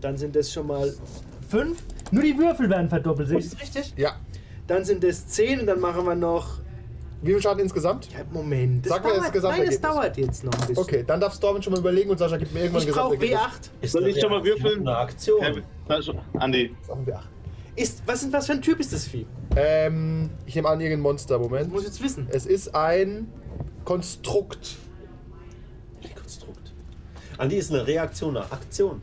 Speaker 5: Dann sind das schon mal 5. Nur die Würfel werden verdoppelt, sehe ich Oh, das richtig?
Speaker 2: Ja.
Speaker 5: Dann sind das 10 und dann machen wir noch.
Speaker 2: Wie viel Schaden insgesamt?
Speaker 5: Ja, Moment. Das
Speaker 2: Sag mir das
Speaker 5: dauert- Nein,
Speaker 2: Gesamtergebnis.
Speaker 5: das dauert jetzt noch ein bisschen.
Speaker 2: Okay, dann darf Stormin schon mal überlegen und Sascha gibt mir irgendwann
Speaker 5: Ich brauche
Speaker 2: Gesamtergebnis.
Speaker 5: W8.
Speaker 3: Ist
Speaker 6: Soll ich schon mal würfeln?
Speaker 3: Eine Aktion.
Speaker 6: Hey, Sascha, Andi,
Speaker 2: Ist auch ein W8.
Speaker 5: Ist, was, ist- was für ein Typ ist das Vieh?
Speaker 2: Ähm, ich nehme an, irgendein Monster.
Speaker 5: Das muss ich
Speaker 2: Moment.
Speaker 5: jetzt wissen.
Speaker 2: Es ist ein Konstrukt.
Speaker 3: Konstrukt. Andi ist eine Reaktion, eine Aktion.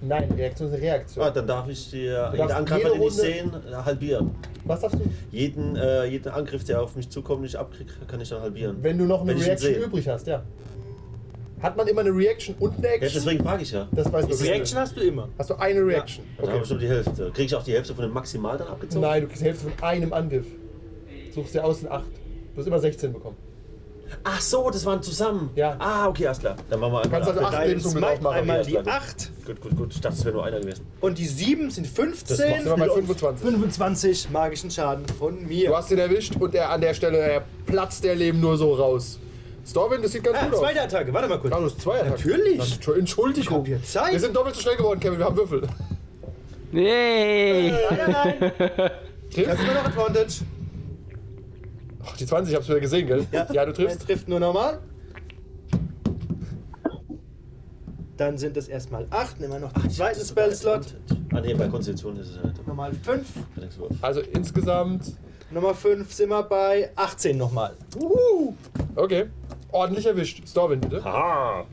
Speaker 2: Nein, Reaktion ist eine Reaktion.
Speaker 3: Ah, dann darf ich dir jeden
Speaker 2: darfst
Speaker 3: Angreifer,
Speaker 2: jede
Speaker 3: den ich
Speaker 2: Runde-
Speaker 3: sehe, halbieren.
Speaker 2: Was darfst du?
Speaker 3: Jeden, äh, jeden Angriff, der auf mich zukommt, den ich abkriege, kann ich dann halbieren.
Speaker 2: Wenn du noch eine
Speaker 3: Wenn ich ihn
Speaker 2: Reaction
Speaker 3: sehe.
Speaker 2: übrig hast, ja. Hat man immer eine Reaction und eine
Speaker 3: Ja,
Speaker 2: Action?
Speaker 3: deswegen frage ich ja.
Speaker 2: das weiß
Speaker 5: Die
Speaker 2: ich
Speaker 5: Reaction hast du immer.
Speaker 2: Hast du eine Reaction?
Speaker 3: Dann habe ich schon die Hälfte. Kriege ich auch die Hälfte von dem Maximal dann abgezogen?
Speaker 2: Nein, du kriegst die Hälfte von einem Angriff. Suchst dir aus in 8. Du hast immer 16 bekommen.
Speaker 3: Ach so, das waren zusammen.
Speaker 2: Ja.
Speaker 3: Ah, okay, alles klar. Dann machen wir
Speaker 2: Kannst also
Speaker 3: einmal.
Speaker 2: acht Lebenspunkte
Speaker 5: Smite
Speaker 2: draufmachen.
Speaker 5: einmal
Speaker 3: ja,
Speaker 5: die
Speaker 3: klar.
Speaker 5: 8
Speaker 3: Gut, gut, gut. Ich dachte, es wäre nur einer gewesen.
Speaker 5: und die 7 sind 15.
Speaker 2: Das macht- sind wir bei 25.
Speaker 5: 25 magischen Schaden von mir.
Speaker 2: Du hast ihn erwischt und er an der Stelle er platzt der Leben nur so raus. Storwin, das sieht ganz
Speaker 5: ah,
Speaker 2: gut aus.
Speaker 5: zweite Attacke, warte mal kurz.
Speaker 2: Ah, du hast zwei Attacken.
Speaker 5: Natürlich.
Speaker 2: Entschu- Entschuldigung.
Speaker 5: Ich hab hier Zeit.
Speaker 2: Wir sind doppelt so schnell geworden, Kevin. Wir haben Würfel.
Speaker 4: Yay!
Speaker 5: Äh. Nein,
Speaker 2: (laughs)
Speaker 5: nein, nein. Ich hab
Speaker 2: Triffst?
Speaker 5: immer noch Advantage.
Speaker 2: Ach, die 20 hab's wieder gesehen, gell? Ja, du
Speaker 5: Er
Speaker 2: triffst.
Speaker 5: trifft nur normal. Dann sind es erstmal 8, nehmen wir noch den zweiten Spell-Slot.
Speaker 3: Ah, nee, bei Konstitution ist es ja nicht.
Speaker 5: Nochmal 5.
Speaker 3: Allerdings nur-
Speaker 2: Also insgesamt.
Speaker 5: Nummer 5 sind wir bei 18 nochmal.
Speaker 2: Okay. Ordentlich erwischt. Storwin, bitte.
Speaker 3: Ah!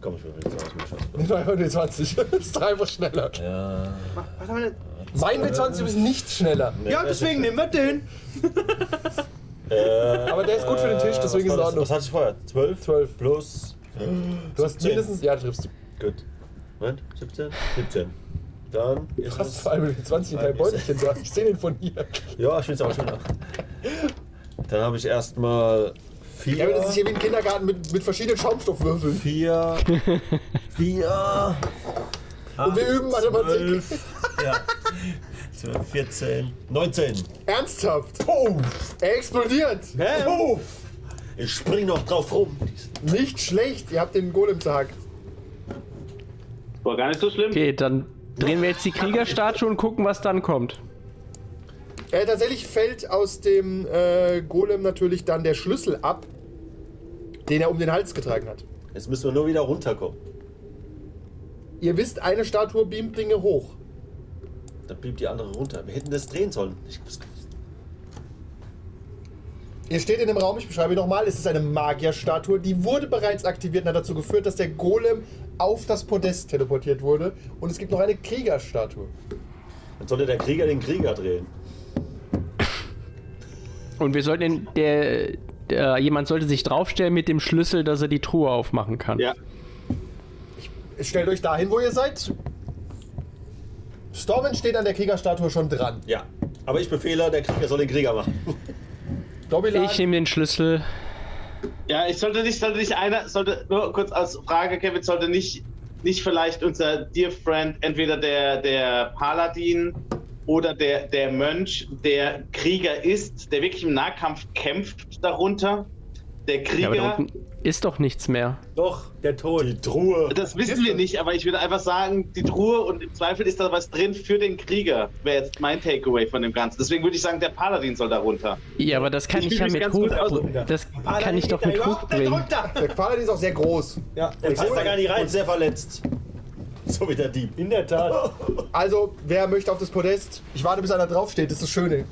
Speaker 3: Komm, ich will jetzt aus dem Schatz.
Speaker 2: Nimm einfach die 20. das (laughs) ist einfach schneller.
Speaker 3: Ja.
Speaker 5: Was haben wir denn?
Speaker 2: Mein W20 ist nicht schneller.
Speaker 5: Ja, deswegen nehmen wir den.
Speaker 2: Aber (laughs) der ist gut für den Tisch, deswegen ist es in Ordnung.
Speaker 3: Äh, Was hatte ich vorher? 12?
Speaker 2: 12.
Speaker 3: Plus.
Speaker 2: Du hast
Speaker 3: 17.
Speaker 2: mindestens. Ja, du triffst.
Speaker 3: Gut. Moment, 17? 17. Dann ist
Speaker 2: Hast
Speaker 3: es.
Speaker 2: vor allem mit den 20 in deinem Beutelchen da. Ich sehe den von hier.
Speaker 3: Ja, ich finde es
Speaker 2: (laughs)
Speaker 3: auch schön. Dann habe ich erstmal
Speaker 2: Ja, aber das ist
Speaker 3: 4.
Speaker 2: hier wie ein Kindergarten mit, mit verschiedenen Schaumstoffwürfeln.
Speaker 3: 4. 4.
Speaker 2: Und wir üben Mathematik.
Speaker 3: Ja. 12, 14, 19.
Speaker 2: Ernsthaft. Oh. Er explodiert.
Speaker 5: Hä?
Speaker 2: Oh.
Speaker 3: Ich spring noch drauf rum.
Speaker 2: Nicht schlecht. Ihr habt den Golem zerhackt.
Speaker 6: War gar nicht so schlimm.
Speaker 4: Okay, dann drehen wir jetzt die Kriegerstatue und gucken, was dann kommt.
Speaker 2: Äh, tatsächlich fällt aus dem äh, Golem natürlich dann der Schlüssel ab, den er um den Hals getragen hat.
Speaker 3: Jetzt müssen wir nur wieder runterkommen.
Speaker 2: Ihr wisst, eine Statue beamt Dinge hoch.
Speaker 3: Dann blieb die andere runter. Wir hätten das drehen sollen. Ich hab's
Speaker 2: Ihr steht in dem Raum, ich beschreibe ihn nochmal, es ist eine Magierstatue, die wurde bereits aktiviert und hat dazu geführt, dass der Golem auf das Podest teleportiert wurde. Und es gibt noch eine Kriegerstatue.
Speaker 3: Dann sollte der Krieger den Krieger drehen.
Speaker 4: Und wir sollten den, der, der, jemand sollte sich draufstellen mit dem Schlüssel, dass er die Truhe aufmachen kann.
Speaker 6: Ja.
Speaker 2: Stellt euch dahin, wo ihr seid. Stormen steht an der Kriegerstatue schon dran.
Speaker 3: Ja. Aber ich befehle, der Krieger soll den Krieger machen.
Speaker 2: Dobilan,
Speaker 4: Ich nehme den Schlüssel.
Speaker 6: Ja, ich sollte nicht, sollte nicht einer, sollte nur kurz als Frage, Kevin, sollte nicht, nicht vielleicht unser Dear Friend, entweder der, der Paladin oder der, der Mönch, der Krieger ist, der wirklich im Nahkampf kämpft darunter. Der
Speaker 4: Ja,
Speaker 6: Krieger,
Speaker 4: aber da unten ist doch nichts mehr.
Speaker 5: Doch, der Tod.
Speaker 3: Die Truhe.
Speaker 6: das wissen wir nicht, aber ich würde einfach sagen, die Truhe und im Zweifel ist da was drin für den Krieger, wäre jetzt mein Takeaway von dem Ganzen. Deswegen würde ich sagen, der Paladin soll darunter.
Speaker 4: Ja, aber das kann
Speaker 6: Ich
Speaker 4: ich,
Speaker 6: will
Speaker 4: ja
Speaker 6: mich
Speaker 4: mit
Speaker 6: ganz
Speaker 4: Hut.
Speaker 6: kurz ausdrücken
Speaker 5: da.
Speaker 4: Das
Speaker 5: Ah,
Speaker 4: kann
Speaker 5: nein,
Speaker 4: ich doch
Speaker 5: geht
Speaker 4: mit
Speaker 5: da
Speaker 4: Hut
Speaker 5: überhaupt nicht
Speaker 4: bringen.
Speaker 5: runter.
Speaker 2: der Paladin ist auch sehr groß.
Speaker 5: Ja,
Speaker 3: Der
Speaker 5: der
Speaker 3: passt da gar nicht rein.
Speaker 5: rein.
Speaker 3: Und sehr verletzt. So wie der Dieb.
Speaker 5: In der Tat. (laughs)
Speaker 2: Also, wer möchte auf das Podest? Ich warte, bis einer draufsteht, das ist das Schöne.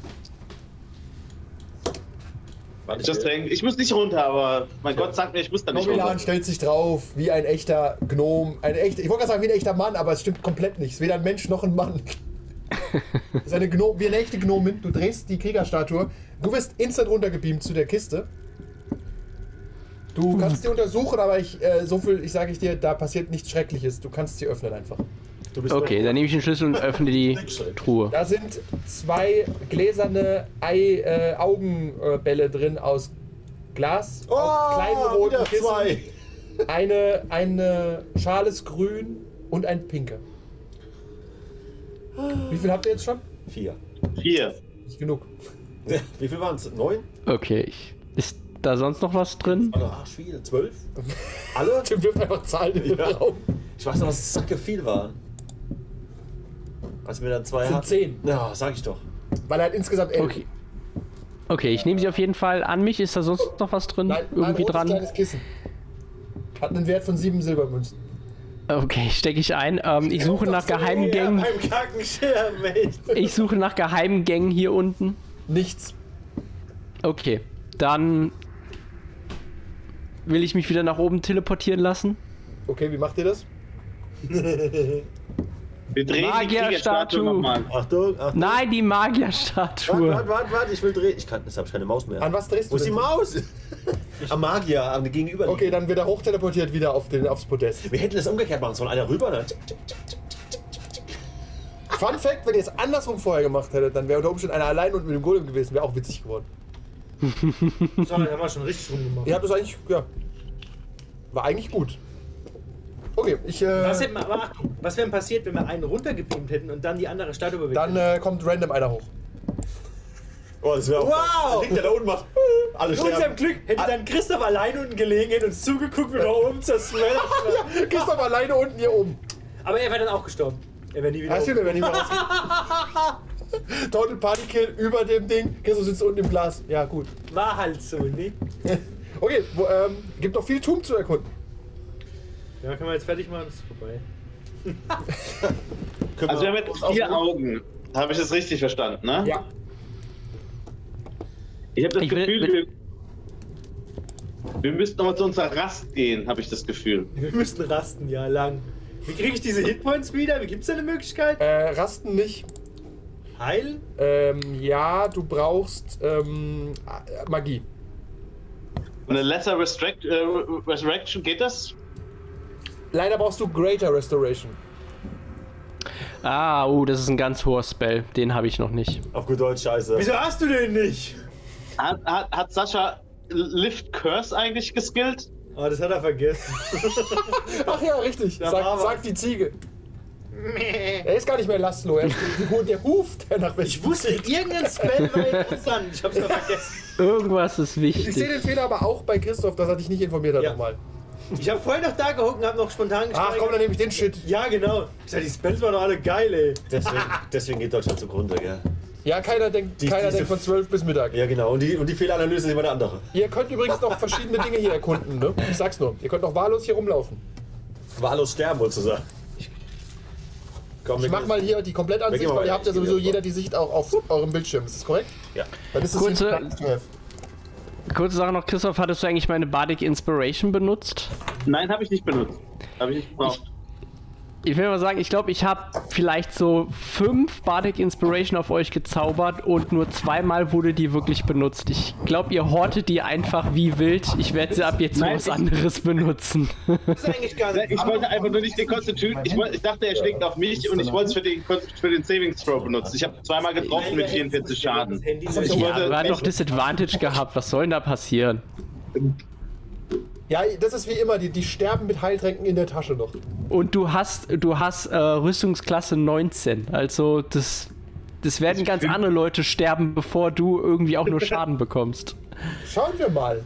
Speaker 3: Warte, ich will-
Speaker 6: Deswegen, ich muss nicht runter, aber mein Gott sagt mir, ich muss da nicht runter.
Speaker 2: Dobilan stellt sich drauf wie ein echter Gnom. Ein echter, ich wollte gerade sagen, wie ein echter Mann, aber es stimmt komplett nicht. Es ist weder ein Mensch noch ein Mann. Es ist eine Gnom, wie eine echte Gnomin. Du drehst die Kriegerstatue. Du wirst instant runtergebeamt zu der Kiste. Du kannst sie untersuchen, aber ich, äh, so viel, ich sage ich dir, da passiert nichts Schreckliches. Du kannst sie öffnen einfach.
Speaker 3: Du bist
Speaker 4: Okay,
Speaker 3: doch-
Speaker 4: dann nehme ich den Schlüssel und öffne die Truhe.
Speaker 2: Da sind zwei gläserne Ei, äh, Augenbälle drin aus Glas, aus kleinen
Speaker 3: Oh,
Speaker 2: roten
Speaker 3: wieder
Speaker 2: Kissen.
Speaker 3: zwei.
Speaker 2: Eine, eine Schale ist grün und ein pinker. Wie viel habt ihr jetzt schon?
Speaker 3: Vier.
Speaker 6: Hier.
Speaker 2: Nicht genug. (laughs)
Speaker 3: Wie viel waren es? Neun?
Speaker 4: Okay, ich, ist da sonst noch was drin?
Speaker 3: Warte, ah, viel. Zwölf? Alle?
Speaker 2: Tim wirft einfach Zahlen in den
Speaker 3: Ja.
Speaker 2: Raum.
Speaker 3: Ich weiß noch, was Sacke viel waren. Als wir dann zwei
Speaker 2: Sind
Speaker 3: hatten.
Speaker 2: zehn.
Speaker 3: Na, sag ich doch.
Speaker 2: Weil er hat insgesamt elf.
Speaker 4: Okay. Okay, ich nehme sie auf jeden Fall an mich. Ist da sonst noch was drin?
Speaker 2: Nein, ein
Speaker 4: Irgendwie
Speaker 2: rotes
Speaker 4: dran?
Speaker 2: kleines Kissen. Hat einen Wert von sieben Silbermünzen.
Speaker 4: Okay, stecke ich ein. Ähm, ich suche nach geheimen Gängen.
Speaker 5: Ja, beim Kackenschirm, ey.
Speaker 4: Ich suche nach geheimen Gängen hier unten.
Speaker 2: Nichts.
Speaker 4: Okay, dann will ich mich wieder nach oben teleportieren lassen.
Speaker 2: Okay, wie macht ihr das?
Speaker 6: Wir drehen die
Speaker 4: Magierstatue.
Speaker 6: Kriegerstatue nochmal.
Speaker 3: Achtung, Achtung.
Speaker 4: Nein, die
Speaker 3: Warte,
Speaker 4: Magierstatue.
Speaker 3: warte, warte, warte, ich will drehen. Ich kann, jetzt habe ich keine Maus mehr.
Speaker 2: An was drehst du
Speaker 3: Wo ist die
Speaker 2: denn?
Speaker 3: Maus? Am Magier, am gegenüber.
Speaker 2: Okay, dann wird er hochteleportiert wieder auf den, aufs Podest.
Speaker 3: Wir hätten das umgekehrt machen sollen. Einer rüber, dann.
Speaker 2: Fun Fact, wenn ihr es andersrum vorher gemacht hättet, dann wäre unter Umständen einer allein und mit dem Golem gewesen, wäre auch witzig geworden.
Speaker 5: Das haben wir schon richtig rumgemacht.
Speaker 2: Ihr habt es eigentlich, ja, war eigentlich gut. Okay, ich,
Speaker 5: Was,
Speaker 2: äh,
Speaker 5: hätten wir, aber Achtung, was wäre denn passiert, wenn wir einen runtergepimpt hätten und dann die andere Statue bewegt?
Speaker 2: dann äh, kommt random einer hoch.
Speaker 3: Oh, das wäre auch.
Speaker 5: Wow!
Speaker 3: Liegt der da unten, macht. Alle
Speaker 5: Mit unserem
Speaker 3: sterben.
Speaker 5: Glück hätte dann Christoph allein unten gelegen, hätte uns zugeguckt, wie wir oben (laughs) zerschmettert werden.
Speaker 2: Christoph alleine unten hier oben.
Speaker 5: Aber er wäre dann auch gestorben. Er wäre nie wieder.
Speaker 2: Ja, stimmt, wir werden nicht mehr rausgehen. (laughs) Total Party Kill über dem Ding. Christoph sitzt unten im Glas. Ja, gut.
Speaker 5: oben. War halt so, ne?
Speaker 2: Okay, wo, ähm, gibt noch viel Tum zu erkunden.
Speaker 5: Ja, können wir jetzt fertig machen, ist vorbei.
Speaker 3: Können
Speaker 6: Also wir haben jetzt vier Augen. Habe ich das richtig verstanden, ne?
Speaker 2: Ja.
Speaker 6: Ich habe das
Speaker 4: Ich will-
Speaker 6: Gefühl,
Speaker 4: will-
Speaker 6: wir, wir müssten nochmal zu unserer Rast gehen, habe ich das Gefühl.
Speaker 5: Wir müssten rasten, ja, lang. Wie kriege ich diese Hitpoints wieder? Wie gibt's da eine Möglichkeit?
Speaker 2: Äh, rasten nicht.
Speaker 5: Heilen?
Speaker 2: Ähm, ja, du brauchst ähm, äh, Magie.
Speaker 6: Eine Lesser Restract, äh, Resurrection, geht das?
Speaker 2: Leider brauchst du Greater Restoration.
Speaker 4: Ah, oh, das ist ein ganz hoher Spell. Den habe ich noch nicht.
Speaker 3: Auf gut Deutsch, scheiße.
Speaker 5: Wieso hast du den nicht?
Speaker 6: Hat, hat, hat Sascha Lift Curse eigentlich geskillt?
Speaker 5: Oh, das hat er vergessen.
Speaker 2: Ach ja, richtig.
Speaker 5: Da war
Speaker 2: Sagt
Speaker 5: was.
Speaker 2: sag die Ziege. Er ist gar nicht mehr lastlos. Er ist der Huf, der (laughs) nach
Speaker 5: (laughs) Ich
Speaker 2: Westen.
Speaker 5: wusste, irgendein Spell war interessant. Ich hab's nur vergessen.
Speaker 4: Irgendwas ist wichtig.
Speaker 2: Ich sehe den Fehler aber auch bei Christoph, dass er dich nicht informiert hat
Speaker 5: Ja.
Speaker 2: nochmal.
Speaker 5: Ich hab vorhin noch da gehockt und hab noch spontan
Speaker 2: Ach komm, dann nehme ich den Shit.
Speaker 5: Ja, genau. Ich sag, die Spells waren doch alle geil, ey.
Speaker 3: Deswegen, deswegen geht Deutschland zugrunde, gell?
Speaker 2: Ja, keiner denkt,
Speaker 3: Die-
Speaker 2: keiner
Speaker 3: diese-
Speaker 2: denkt von 12 bis Mittag.
Speaker 3: Ja, genau. Und die, und die Fehlanalyse ist immer eine andere.
Speaker 2: Ihr könnt übrigens noch verschiedene Dinge hier erkunden, ne? Ich sag's nur. Ihr könnt noch wahllos hier rumlaufen.
Speaker 3: Wahllos sterben, sozusagen. Komm,
Speaker 2: Ich
Speaker 3: wir
Speaker 2: mach
Speaker 3: gehen-
Speaker 2: mal hier die Komplettansicht,
Speaker 3: Weggehen wir
Speaker 2: weil ihr
Speaker 3: mal.
Speaker 2: habt ja sowieso jeder die Sicht auch auf eurem Bildschirm. Ist das korrekt?
Speaker 3: Ja.
Speaker 2: Dann ist es
Speaker 4: Kurze-
Speaker 2: nicht nice to have.
Speaker 4: Kurze Sache noch, Christoph, hattest du eigentlich meine Bardic Inspiration benutzt?
Speaker 6: Nein, habe ich nicht benutzt. Habe ich nicht gebraucht.
Speaker 4: Ich will mal sagen, ich glaube, ich habe vielleicht so fünf Bardic Inspiration auf euch gezaubert und nur zweimal wurde die wirklich benutzt. Ich glaube, ihr hortet die einfach wie wild. Ich werde sie ab jetzt für
Speaker 6: Nein,
Speaker 4: was
Speaker 6: ich-
Speaker 4: anderes benutzen.
Speaker 5: Das ist eigentlich gar
Speaker 6: Ne, Ich, wollte einfach nur nicht den Constitution. Ich, wollte- ich dachte, er schlägt auf mich und ich wollte es für den, Const- für den Savings Throw benutzen. Ich habe zweimal getroffen mit 44 Schaden.
Speaker 5: Ich
Speaker 6: Ich
Speaker 4: ja,
Speaker 6: wollte-
Speaker 4: wir hatten doch
Speaker 6: ich-
Speaker 4: Disadvantage gehabt. Was soll denn da passieren?
Speaker 2: Ja, das ist wie immer, die, die sterben mit Heiltränken in der Tasche noch.
Speaker 4: Und du hast, du hast äh, Rüstungsklasse 19. Also das, das werden ganz andere Leute sterben, bevor du irgendwie auch nur Schaden bekommst.
Speaker 2: Schauen wir mal.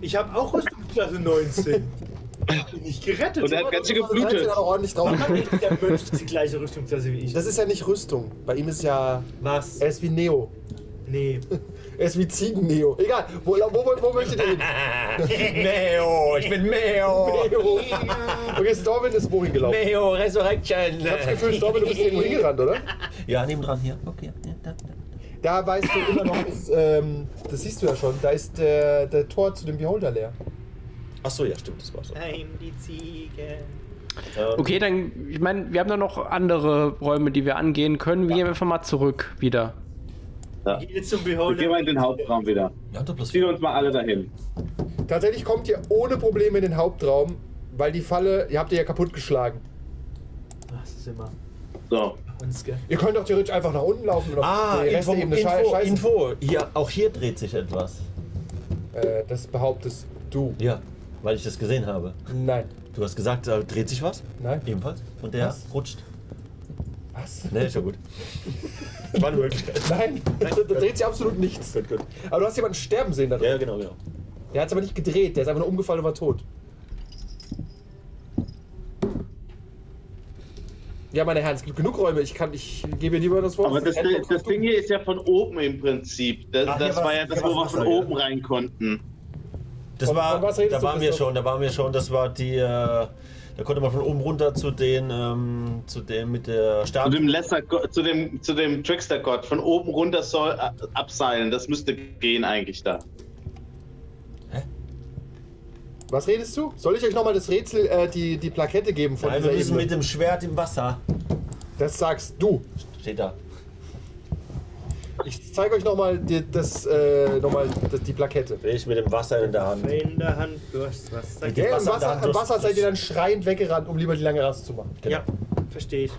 Speaker 5: Ich habe auch Rüstungsklasse 19. Bin ich gerettet.
Speaker 6: Und er hat
Speaker 5: oder?
Speaker 6: ganz schön
Speaker 2: Das heißt, wir
Speaker 6: geblutet.
Speaker 2: haben auch ordentlich drauf.
Speaker 5: Mann, ich- Der Mönch ist die gleiche Rüstungsklasse wie ich.
Speaker 2: Das ist ja nicht Rüstung. Bei ihm ist ja.
Speaker 5: was?
Speaker 2: Er ist wie Neo.
Speaker 5: Nee.
Speaker 2: (laughs) Er ist wie Ziegen-Neo. Egal, wo, wo, wo, wo möchtet
Speaker 3: (laughs)
Speaker 2: ihr hin?
Speaker 3: Meo, ich bin Meo.
Speaker 2: Neo. Okay, Stormin ist wohin gelaufen?
Speaker 3: Meo Resurrection.
Speaker 2: Ich hab das Gefühl, Stormin, du bist irgendwo
Speaker 3: (laughs)
Speaker 2: hingerannt, oder?
Speaker 3: Ja, neben dran hier. Okay. Ja, da, da.
Speaker 2: Da weißt du immer noch, ist, ähm, das siehst du ja schon, da ist der, der Tor zu dem Beholder leer.
Speaker 3: Ach so, ja, stimmt, das war so.
Speaker 5: Nein, die Ziege.
Speaker 3: Ähm,
Speaker 4: Okay, dann, ich meine, wir haben da noch andere Räume, die wir angehen können. Wir gehen einfach mal zurück wieder.
Speaker 6: Ja.
Speaker 5: Geh jetzt zum
Speaker 6: Wir gehen mal
Speaker 5: Beholder.
Speaker 6: in den Hauptraum wieder.
Speaker 3: Ja, du plus
Speaker 6: Ziehen uns mal alle dahin.
Speaker 2: Tatsächlich kommt ihr ohne Probleme in den Hauptraum, weil die Falle, ihr habt ihr ja kaputtgeschlagen.
Speaker 5: Ach, das ist immer
Speaker 6: So.
Speaker 5: uns, gell?
Speaker 2: Ihr könnt doch theoretisch einfach nach unten laufen und auf
Speaker 3: Ah,
Speaker 2: die
Speaker 3: Info,
Speaker 2: Resteebene schei-
Speaker 3: Info,
Speaker 2: scheißen.
Speaker 3: Info. Hier, auch hier dreht sich etwas.
Speaker 2: Äh, das behauptest du.
Speaker 3: Ja, weil ich das gesehen habe.
Speaker 2: Nein.
Speaker 3: Du hast gesagt, da dreht sich was.
Speaker 2: Nein.
Speaker 3: Ebenfalls. Und der
Speaker 2: Was?
Speaker 3: rutscht.
Speaker 2: Was?
Speaker 3: Ne, ist ja (laughs) gut. War eine Möglichkeit.
Speaker 2: Nein, da dreht sich absolut nichts.
Speaker 3: Gut, gut.
Speaker 2: Aber du hast jemanden sterben sehen da drin.
Speaker 3: Ja, genau, genau.
Speaker 2: Der hat es aber nicht gedreht, der ist einfach nur umgefallen und war tot. Ja, meine Herren, es gibt genug Räume. Ich kann, ich gebe lieber das Wort.
Speaker 6: Aber das,
Speaker 2: Ed, komm,
Speaker 6: das
Speaker 2: komm,
Speaker 6: Ding hier ist ja von oben im Prinzip. Das,
Speaker 3: Ach,
Speaker 6: das
Speaker 3: ja,
Speaker 6: war
Speaker 3: was-
Speaker 6: ja das,
Speaker 3: ja,
Speaker 6: wo wir
Speaker 3: was-
Speaker 6: von
Speaker 3: ja.
Speaker 6: oben rein konnten.
Speaker 3: Das
Speaker 2: Von-
Speaker 3: war,
Speaker 2: von was redest
Speaker 3: da
Speaker 2: du,
Speaker 3: waren wir
Speaker 2: Christoph?
Speaker 3: schon, da waren wir schon, das war die, äh, da konnte man von oben runter zu den, ähm, zu dem mit der
Speaker 6: Zu
Speaker 3: Statue.
Speaker 6: dem, Lesser, Go- zu dem, zu dem Trickster Gott. Von oben runter soll äh, abseilen. Das müsste gehen eigentlich da.
Speaker 2: Was redest du? Soll ich euch nochmal das Rätsel, äh, die, die Plakette geben von
Speaker 3: Nein, wir
Speaker 2: dieser
Speaker 3: müssen
Speaker 2: Ebene?
Speaker 3: mit dem Schwert im Wasser.
Speaker 2: das sagst du.
Speaker 3: Steht da.
Speaker 2: Ich zeige euch nochmal die, das, äh, noch mal das- die Plakette.
Speaker 3: Dreh ich mit dem Wasser in der Hand.
Speaker 5: In der Hand, du hast was.
Speaker 3: Mit
Speaker 2: Gell,
Speaker 3: dem
Speaker 2: Im
Speaker 3: Wasser in der
Speaker 2: Wasser,
Speaker 3: Hand Genau.
Speaker 2: im
Speaker 3: durch-
Speaker 2: Wasser seid ihr dann schreiend weggerannt, um lieber die lange Rast zu machen.
Speaker 5: Ja, verstehe ich.